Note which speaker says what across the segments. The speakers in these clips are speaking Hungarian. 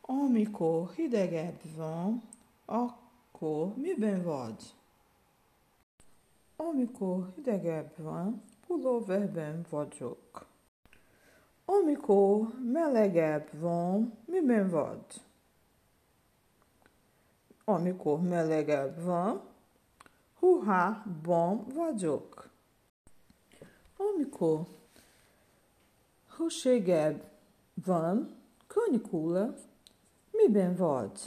Speaker 1: Amikor hidegebb van, akkor miben vagy? Amikor hidegebb van, pulóverben vagyok. Amikor melegebb van, miben vagy? Amikor melegebb van, ruhában vagyok. Amikor hőségebb van, kanikula, miben vagy?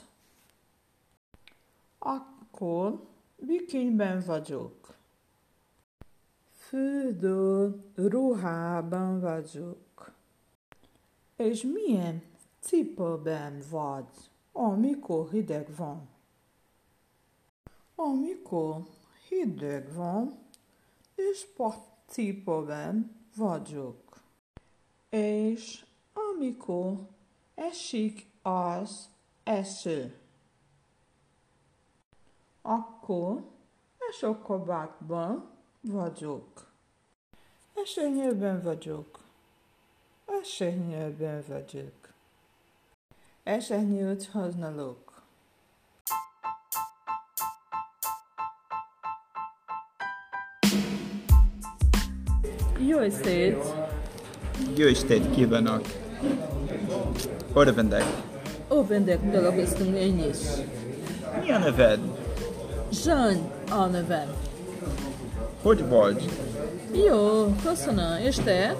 Speaker 1: Akkor bikinben vagyok. Fürdő ruhában vagyok. És milyen cipőben vagy, amikor hideg van? Amikor hideg van, és sportcipőben vagyok. És amikor esik az eső, akkor esőkabátban vagyok. Esernyőben vagyok. Esernyőben vagyok. Esernyőt használok.
Speaker 2: Jó estét!
Speaker 3: Jó estét kívánok! Örvendek!
Speaker 2: Örvendek dolgoztunk én is.
Speaker 3: Mi a neved?
Speaker 2: Jean a nevem.
Speaker 3: Hogy vagy?
Speaker 2: Jó, köszönöm. És te?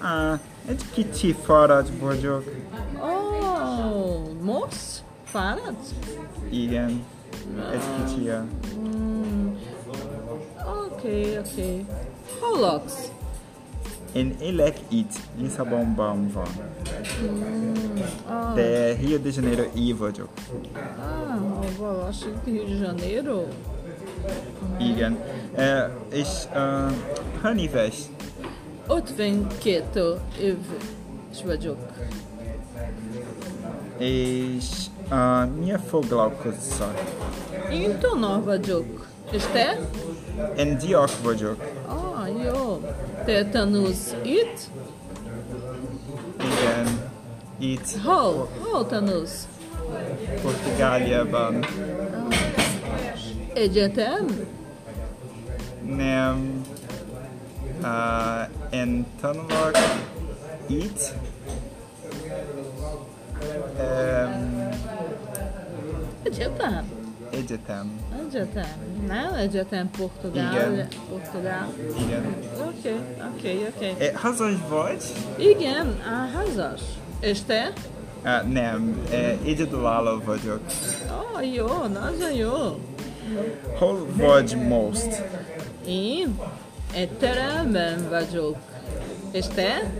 Speaker 3: Á, egy kicsi fáradt vagyok.
Speaker 2: Ó, oh, most? Fáradt?
Speaker 3: Igen, egy kicsi. ja.
Speaker 2: Oké, oké. Hol laksz?
Speaker 3: Én élek itt, Lisszabonban van.
Speaker 2: Ah,
Speaker 3: De Rio de Janeiro i vagyok.
Speaker 2: ah, valahogy Rio de Janeiro.
Speaker 3: Igen. E, és uh, Hanifes,
Speaker 2: 52 éves vagyok.
Speaker 3: és uh, milyen foglalkozol?
Speaker 2: Én tanár vagyok. És te?
Speaker 3: Én diák vagyok.
Speaker 2: é? Ah, jó. Te tanulsz itt?
Speaker 3: Igen, itt
Speaker 2: Hol? Hol tanulsz?
Speaker 3: Portugáliában.
Speaker 2: É Egyetem?
Speaker 3: Nem. Uh, én tanulok itt. Um,
Speaker 2: É Egyetem.
Speaker 3: egyetem.
Speaker 2: Egyetem. Nem
Speaker 1: né?
Speaker 2: egyetem Portugál.
Speaker 3: Igen.
Speaker 2: Portugál.
Speaker 3: Igen.
Speaker 2: Oké, oké, oké.
Speaker 3: E, hazai vagy?
Speaker 2: Igen, a házas. És te?
Speaker 1: é,
Speaker 3: Uh, nem, e, egyedülálló vagyok.
Speaker 2: Ó, jó, nagyon jó.
Speaker 3: Hol vagy most?
Speaker 2: Én
Speaker 1: é
Speaker 2: étteremben vagyok. És te?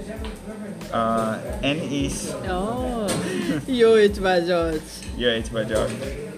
Speaker 3: Uh, én is
Speaker 1: oh,
Speaker 2: Ó, jó itt vagyok.
Speaker 3: jöjjt vagyok.